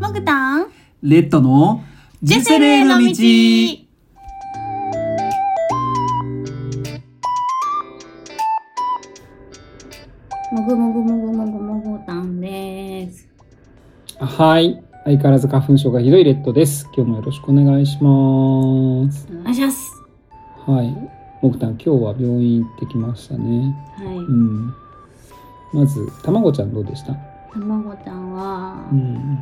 もぐたんレッドのジェセルへの道もぐもぐもぐもぐもぐたんですはい。相変わらず花粉症がひどいレッドです。今日もよろしくお願いします。お願いしますはい。もくたん、今日は病院行ってきましたね。うはん。まず、たまごちゃんどうでしたい、たまごちゃんは、うん。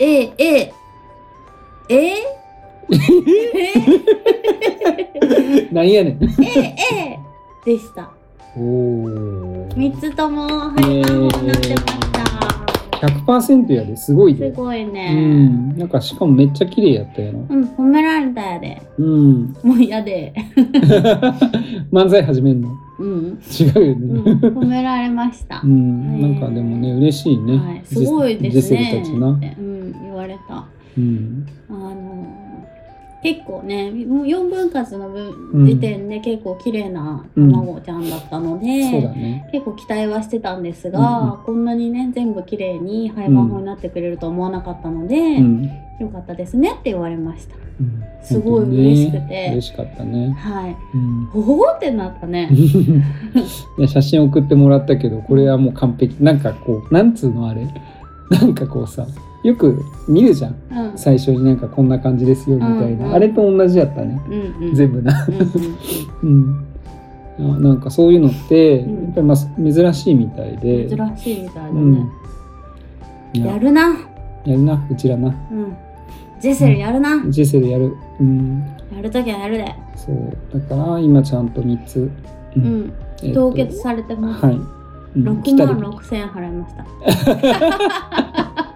ええええええなんやねん。えええでしたお三ー。つともはいになってました100%やで、すごいすで。ごいうねん。なんか、しかもめっちゃ綺麗やったやろ。うん、褒められたやでうん。もう嫌で 漫才始めんのうん、違うようん、ね。褒められましたう、ん。なんかでもね、嬉しいね。はい、すごいですジねェセルたちなっ。て、うん、言われたうん。あの結構ねもう4分割のう分ん時点で結構綺麗な卵ちゃんだったので、そうだね。結構期待はしてたんですが、うこんんなにね全部綺麗に廃盤法になってくれると思わなかったので、うんよかったですねって言われましたうんすごい本当にね嬉しくて嬉しかったね。はいうん ほほほってなったねいや写真送ってもらったけどこれはもう完璧なんかこうなんつうのあれなんかこうさよく見るじゃんうん最初になんかこんな感じですよみたいな、うんうんあれと同じやったねうんうん全部な、うんうん、あなんかそういうのってやうんっぱりまあ珍しいみたいうんうでん、珍しいみたいだね、うん、いややるなやるなうちらなうんジェセルやるな、ジェセルやるうんやるときはやるでそうだから今ちゃんと3つ、ううんんえっと凍結されてます、はい、うん6万6000円払いました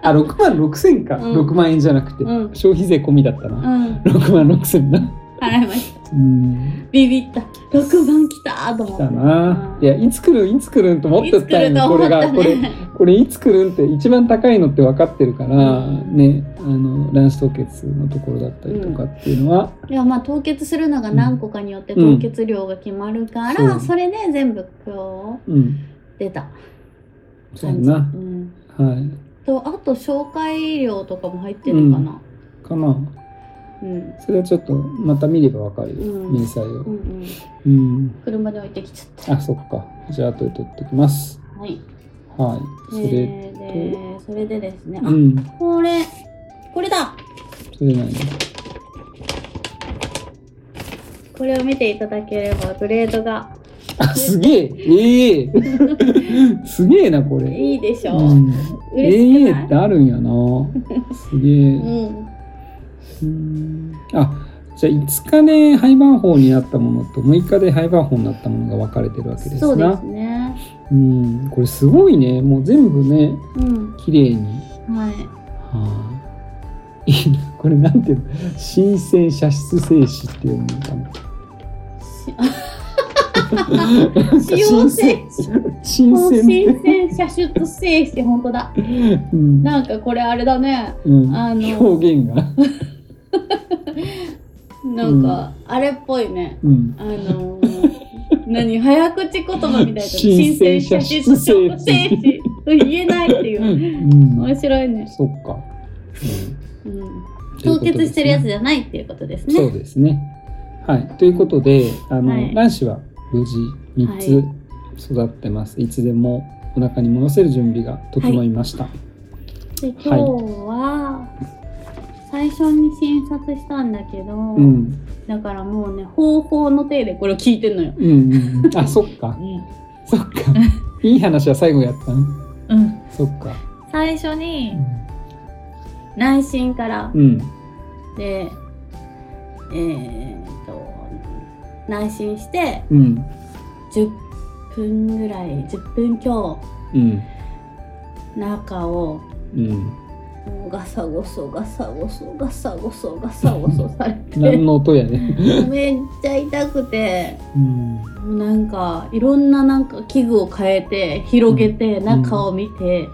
あ、6万6千か、うん6万円じゃなくて、うん消費税込みだったうな、ん6万6千な払いましたうんビビった6万きたーと思来ってたな、うんいやいつ来るんいつ来るんと思っいてつた来よ、るとこ思れっがたこれねこれいつ来るんって一番高いのって分かってるから、うんねあの卵子凍結のところだったりとかっていうのは、いやまあ凍結するのが何個かによってう凍ん結量が決まるから、そうそれで全部今うん日出たそうや感じ、うな、ん、はいとあと紹介料とかも入ってるのかなかなうん、うんそれはちょっとまた見れば分かるよ、うん明細を、うんうん、車で置いてきちゃったあそっかじゃあ後で取ってきますはいはえいそれ、ーでそれでですね、うんあこれこれだそれ何これを見ていただければグレードがあすげえええすげえなこれ。いいでしょう、うん、嬉しくええないってあるんやな。すげえ。うんうんあじゃあ5日で廃盤法になったものと6日で廃盤法になったものが分かれてるわけですな。そうですねうんこれすごいねもう全部ねうん綺麗に。はいはいいいなこれなんていうの新鮮射出精子っていうのかな。しなんか新鮮新もう鮮新鮮射出精子本当だうんなんかこれあれだねうんあの表現が。なんかあれっぽいねうんあのー何早口言葉みたいな新鮮射出精新子鮮射出精子と言えないっていううん面、白いね、そっか、うん、うん凍結してるやつじゃゃないっていうことですね。そうねですね。はい、ということで、あの、はい卵子は無事三はつ育ってます、い。つでもお腹に戻せる準備が整いました。で今日は最初に診察したんだけど、うん、だからもうね方法の手でこれを聞いてんのよ、うん、うん、あ、そっか、そっ か。いい話は最後やったん。うん、そっか。最初に内心からうん、でえーっと内診してうん、 10分ぐらい10分強うん、中をうん。もうガサゴソガサゴソガサゴソガサゴソされ何ての音やね。めっちゃ痛くてうん、もうなんかいろんななんか器具を変えて広げて中を見て、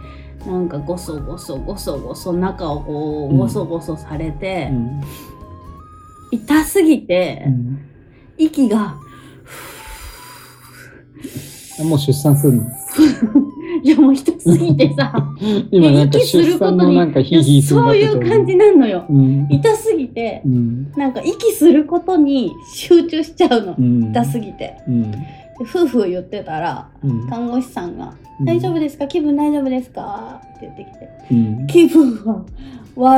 なんかゴソゴソゴソゴソ中をこううんゴソゴソされてう、ん、痛すぎて、うん息があもう出産するのいやもう痛すぎてさ今なんか息す出ること産にのなんかいヒーやヒーするそういう感じなのようん痛すぎてうんなんか息することに集中しちゃうの、うん痛すぎてうんで夫婦言ってたらうん看護師さんが「うん大丈夫ですか気分大丈夫ですか?」って言ってきてう「ん気分は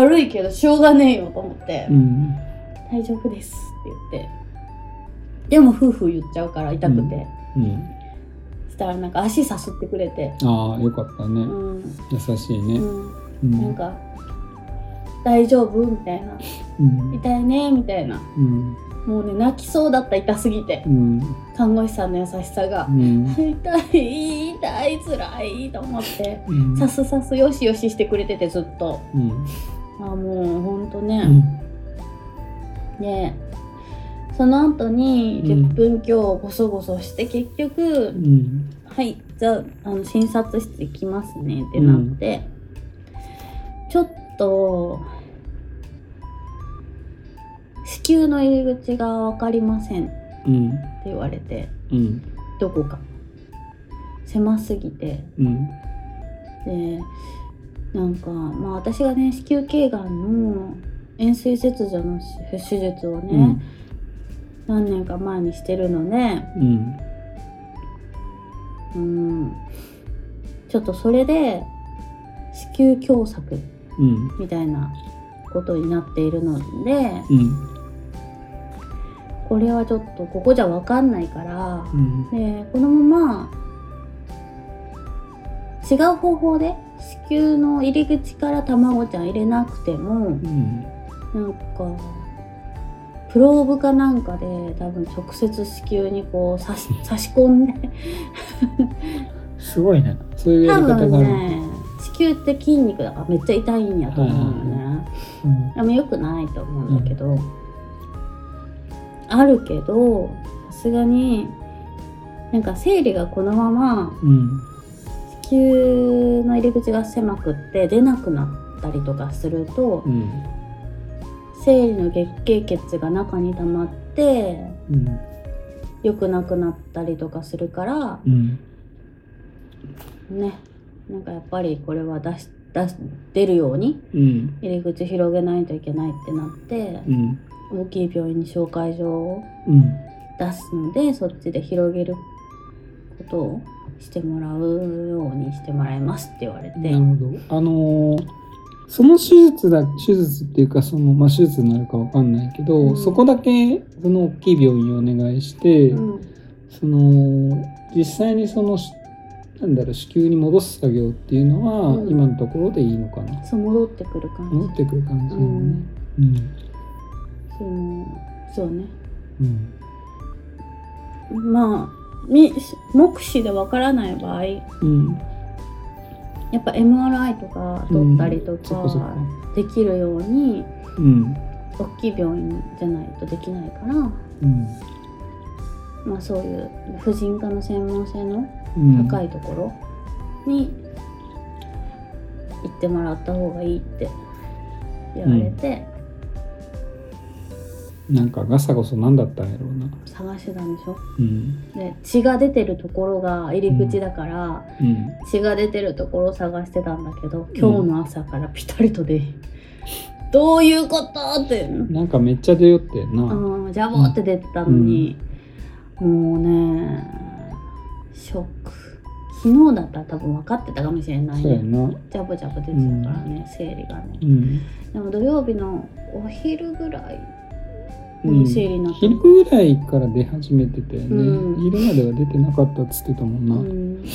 悪いけどしょうがねえよ」と思ってうん「大丈夫です」って言ってでも夫婦言っちゃうから痛くて、うんそしたらなんか足さすってくれてああよかっ「たうねん優しいねうんうんなんか「大丈夫?」みたいなう「ん痛いね」みたいなうんもうね泣きそうだった痛すぎてうん看護師さんの優しさがう。ん痛い痛い辛いと思ってうんさすさすよしよししてくれててずっとうんあもうほんとうね、んでその後にうん10分強ごそごそして結局、うんはいじゃああの診察室行きますねってなって、ちょっと子宮の入り口が分かりませんってうん言われてうんどこか狭すぎてうんでなんか、まあ、私がね子宮頸がんの円錐切除の手術をね、うん何年か前にしてるので、うんうん、ちょっとそれで子宮狭窄うんみたいなことになっているのでうんこれはちょっとここじゃ分かんないからうんでこのまま違う方法で子宮の入り口から卵ちゃん入れなくても、うんなんかプローブかなんかで多分直接子宮にこう差し差し込んですごいねそういうや多り方分があるね子宮って筋肉だからめっちゃ痛いんやと思うよね、うんあんま良くないと思うんだけど、あるけどさすがになんか生理がこのままうん子宮の入り口が狭くって出なくなったりとかするとうん生理の月経血が中に溜まってうん良くなくなったりとかするからうんねなんかやっぱりこれは出し出し出るようにうん入り口広げないといけないってなってうん大きい病院に紹介状をうん出すのでそっちで広げることをしてもらうようにしてもらいますって言われてなるほど。あのーその手術だ手術っていうかその、まあ、手術になるかわかんないけど、うんそこだけその大きい病院をお願いして、うんその実際にそのしなんだろう子宮に戻す作業っていうのは、うん今のところでいいのかなそう戻ってくる感じ、戻ってくる感じなのね。うんそのそうねうんまあみ目視でわからない場合やうんっぱ MRI とか取ったりとうんそっかそっかかできるように、うん大きい病院じゃないとできないから、うんまあ、そういう婦人科の専門性のうん高いところに行ってもらった方がいいって言われてなんかガサゴソなんだったんやろうな。探してたんでしょうんで血が出てるところが入り口だから、うん血が出てるところを探してたんだけど今日の朝からピタリとで、どういうことって、なんかめっちゃ出よってんな。うん、ジャボって出てたのに、もうねショック昨日だったら多分分かってたかもしれないそうやねな。ジャボジャボ出てたからね、生理がねうんでも土曜日のお昼ぐらいうんに生理になった昼ぐらいから出始めてたよね、うん昼までは出てなかったっつってたもんな、ううんん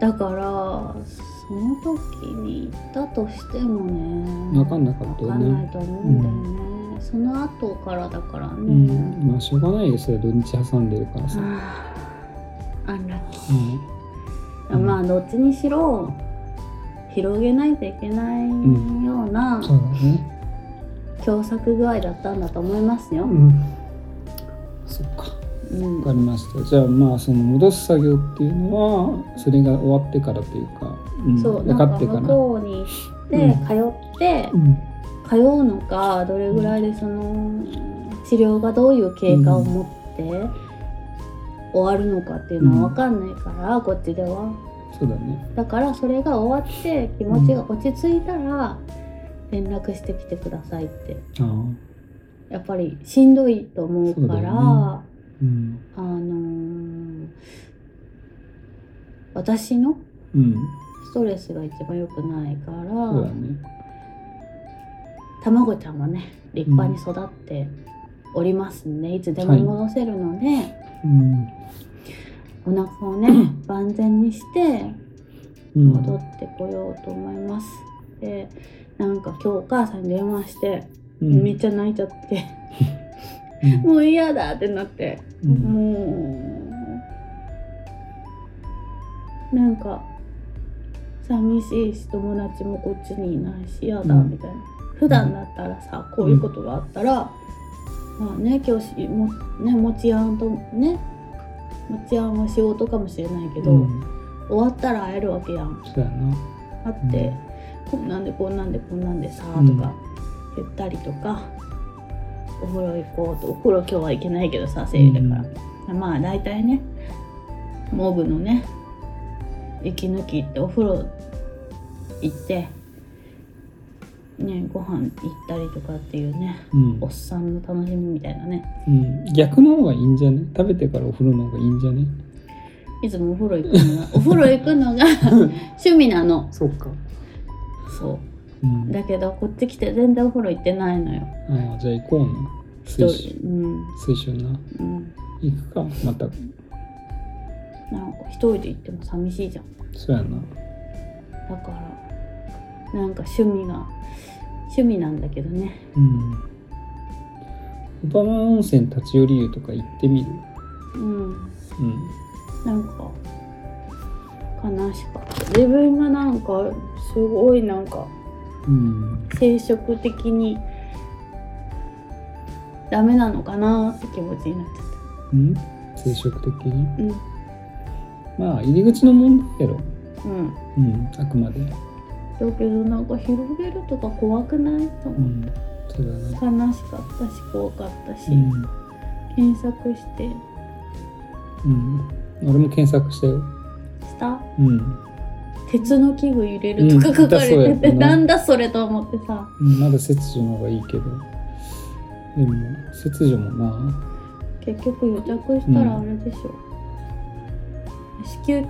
だからその時に行ったとしてもねわかんなかったよわかんなねいと思うんだよね、その後からだからうね、ん、まあしょうがないよそれ土日挟んでるからさ、うんあーアンラッキー、まあどっちにしろ広げないといけないようなそうだね、狭窄具合だったんだと思いますよ、うん、そっかうんわかりましたじゃあまあその戻す作業っていうのはそれが終わってからというか、うん、そうな分んかかってから向こうに行って、うん通ってうん通うのかどれぐらいでその治療がどういう経過を持って終わるのかっていうのは分かんないから、こっちではそうだねだからそれが終わって気持ちが落ち着いたら連絡してきてくださいってああやっぱりしんどいと思うからそうだようんあのー私のうんストレスが一番良くないかそうらだねたまごちゃんはね立派に育っておりますんで、いつでも戻せるので、うんお腹 をね万全にしてうん戻ってこようと思います。でなんか今日お母さんに電話して、うんめっちゃ泣いちゃってうんもう嫌だってなって、うんもうなんか寂しいし友達もこっちにいないし嫌だうんみたいな、普段だったらさこういうことがあったら、まあね今日しもね持ちやんとね持ちやんは仕事かもしれないけど、うん終わったら会えるわけやんそうやな会って、こんなんでこんなんでこんなんでさうんとか言ったりとか、お風呂行こうとお風呂今日は行けないけどさ生理だから、まあ大体ねモブのね息抜きってお風呂行ってねご飯行ったりとかっていうねうんおっさんの楽しみみたいなねうん逆の方がいいんじゃね食べてからお風呂の方がいいんじゃねいつもお風呂行く のがお風呂行くのが趣味なのそっかそううんあだけどこっち来て全然お風呂行ってないのよあじゃあ行こうな一推人奨うん推奨なうん行くかまたなんか一人で行っても寂しいじゃんそうやなだからなんか趣味が趣味なんだけどねうん小浜温泉立ち寄り湯とか行ってみるうんうんなんか悲しかった自分がなんかすごいなんかうん生殖的にダメなのかなって気持ちになっちゃっうん生殖的にたうんまあ入り口の問題やろうんうんあくまでだけどなんか広げるとか怖くないとう思んそうだなう、悲しかったし怖かったし、うん、検索してうん、俺も検索したよしたうん鉄の器具入れるとか書かれてて、うんだそうやったななんだそれと思ってさうんまだ切除の方がいいけどでも切除もな結局癒着したらうあれでしょ、子宮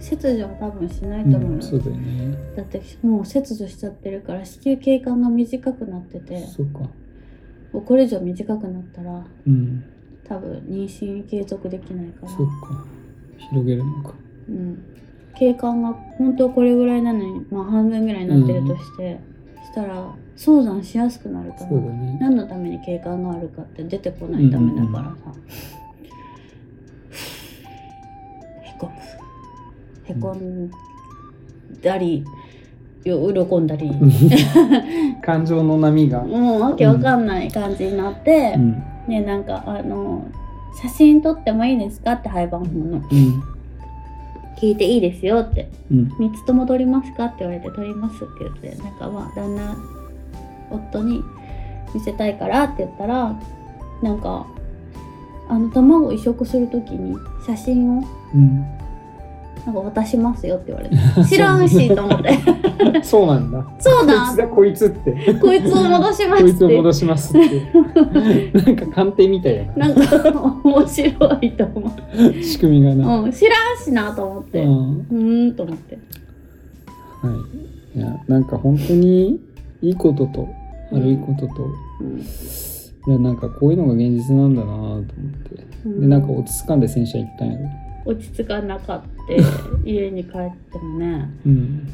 切除は多分しないとう思うよ、んそうだよねだってもう切除しちゃってるから子宮頸管が短くなっててそうかもうこれ以上短くなったらうん多分妊娠継続できないからそうか広げるのかうん、景観が本当はこれぐらいなのに、まあ、半分ぐらいになってるとして、したら早産しやすくなるかそら、うだね何のために景観があるかって出てこないためだからさ、へこむへこんだりよ喜んだり、感情の波がもうわけわかんない感じになってう、んねなんかあの「写真撮ってもいいですか?」って廃盤法のうん「聞いていいですよ」ってうん三つとも取りますか?」って言われて「取ります」って言ってなんかまあ旦那夫に見せたいからって言ったらなんかあの卵移植する時に写真をうんなんか渡しますよって言われ て知らんしと思って そうなんだそうだこいつだこいつってこいつを戻しまこいすつっをて戻しますって なんか鑑定みたいやななんか面白いと思仕組みがな、う、うん、知らんしなと思っうてうんーんと思ってはい、いやなんか本当にいいこととうん悪いことと、うんいやなんかこういうのが現実なんだなと思ってでなんか落ち着かんで洗車行ったんやろ、落ち着かなかった家に帰ってもねうん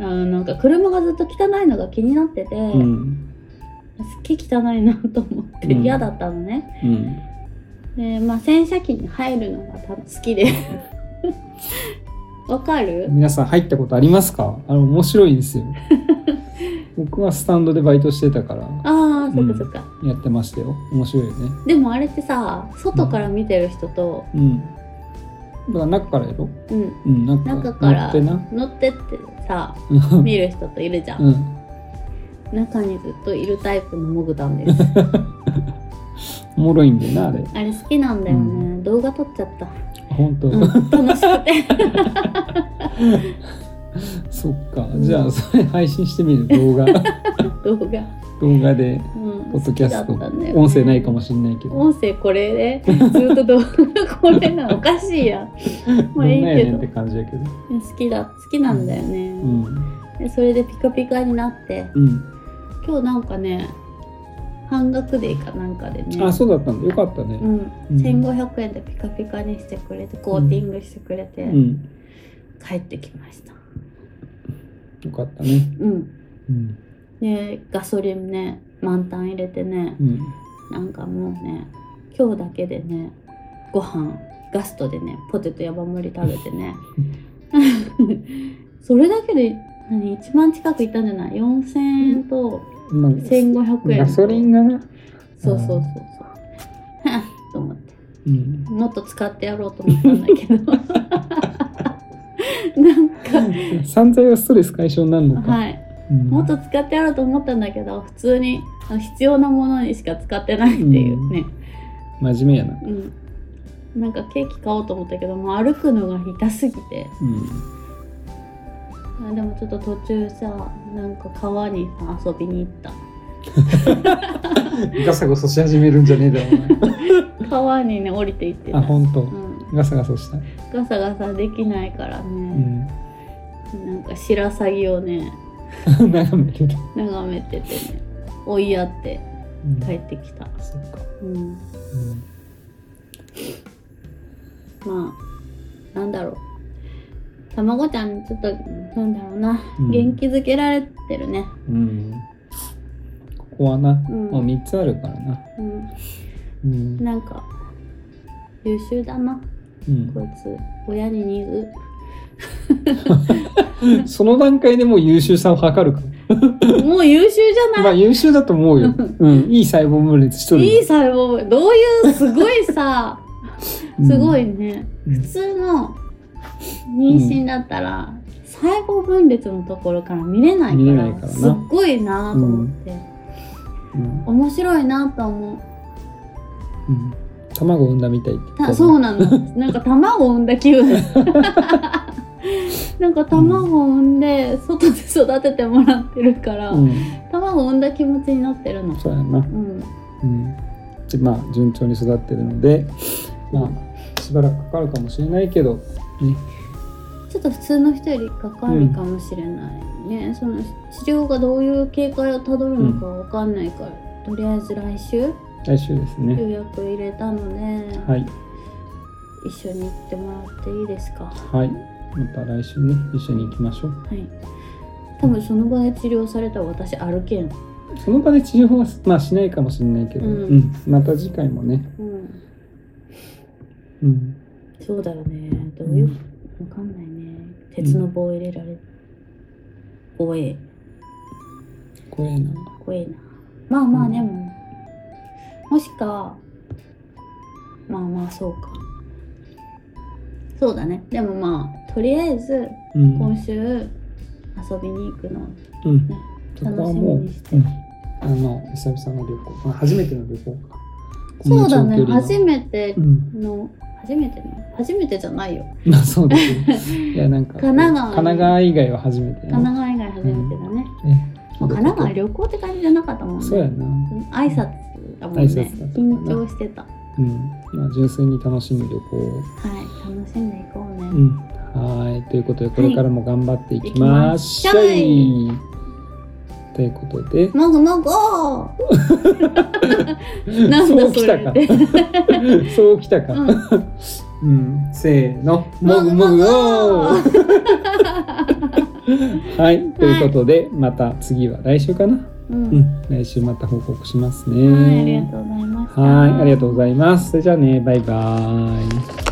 あのなんか車がずっと汚いのが気になってて、うんすっげえ汚いなと思ってうん嫌だったのね、うんでまあ洗車機に入るのが多分好き でわかる皆さん入ったことありますかあれ面白いん ですよ僕はスタンドでバイトしてたからああそっかそっか、やってましたよ面白いよねでもあれってさ外から見てる人と、うんだから中からやろうん、うん中中から乗ってな乗ってってさ見る人といるじゃん、うん中にずっといるタイプのモグタンですおもろいんだよなあれあれ好きなんだよね、う動画撮っちゃった、本当、うん、楽しくて そっか、んじゃあそれ配信してみる動 画動画、動画でうん、ポッドキャスト、好きだったんだよね音声ないかもしれないけど音声これでずっと動画これなのおかしいやん どまんあないいやけねんどって感じやけど好きだ好きなんだよね、うんでそれでピカピカになってうん、今日なんかね半額でかなんかでねあそうだったんだよかったねう、ん、うん1500円でピカピカにしてくれてコーティングしてくれて、うん、帰ってきましたよかったねうんうんでガソリンね満タン入れてねうんなんかもうね今日だけでねご飯ガストでねポテト山盛り食べてね それだけで何1万近くいったんじゃない4000円とまあ1500円とガソリンがな、そうそうそう そうはっと思ってうん、もっと使ってやろうと思ったんだけど なんか散財はストレス解消になるのか、はいうんもっと使ってやろうと思ったんだけど普通にあ必要なものにしか使ってないっていうね、真面目やな、うん、なんかケーキ買おうと思ったけどもう歩くのが痛すぎてうん、あでもちょっと途中さなんか川にさ遊びに行ったガサゴソし始めるんじゃねえだろう川にね降りて行ってたな あ本当、うん、ガサガサした、ガサガサできないからうね、ん、 なんか白鷺をね眺めてた、眺めててね追いやってうん帰ってきた、そっか、うん、うんまあなんだろうたまごちゃんちょっとなんだろうな、うん元気づけられてるね、うん、ここはな、んまあ3つあるからな、うん、うんなんか優秀だなうんこいつ親に似ずその段階でもう優秀さを測るかもう優秀じゃまなあい優秀だと思うよ、うん、いい細胞分裂しとるいい細胞どういうすごいさうんすごいね、うん普通の妊娠だったら、細胞分裂のところから見れない見かれらないからなすっごいなと思って、うん面白いなと思ううん卵を産んだみたいって言ったてそうなのなんか卵を産んだ気 分なんか卵を産んで外で育ててもらってるから、うん、卵を産んだ気持ちになってるのそうやなう、んうん、でまあ順調に育ってるのでまあしばらくかかるかもしれないけどねちょっと普通の人よりかかるかもしれないね、その治療がどういう経過をたどるのかわかんないから、とりあえず来週来週ですね予約入れたので、はい一緒に行ってもらっていいですかははいまた来週ね一緒に行きましょうい多分その場で治療されたら私歩けんその場で治療は、まあ、しないかもしれないけど、うんうんまた次回もねうんうん、そうだよね。どういう、わかんないね。鉄の棒入れられ。怖え、怖えな。怖えな。まあまうあんでも、もしか、まあまあそうか。そうだね。でもまあ、とりあえずうん、今週遊びに行くの。うんね、そこはも楽しみう、にしてうんあの久々の旅行、まあ、初めての旅行か。そうだね。この長距初離のめてうん、の、初めての初めてじゃないよ。まあそうです ね。いやなんか神奈川に神奈川以外は初めて、ね。神奈川以外初めてだね。ねまあ神奈川旅行って感じじゃなかったもんね。そうやな。挨拶だもんね挨拶だったな緊張してたはうん。まあ純粋に楽しむ旅行を。い楽しんでいこうね、うん。はーい。ということでこれからも頑張っていきましょう。はい行ということで。もぐもぐーなんだそれってそう 来たか。そう来たか。うんうん、せーの、もぐもぐおーはい、ということで、また次は来週かな。うんうはん、来週また報告しますいありがね。とうございましたはい、ありがとうございます。それじゃあね、バイバーイ。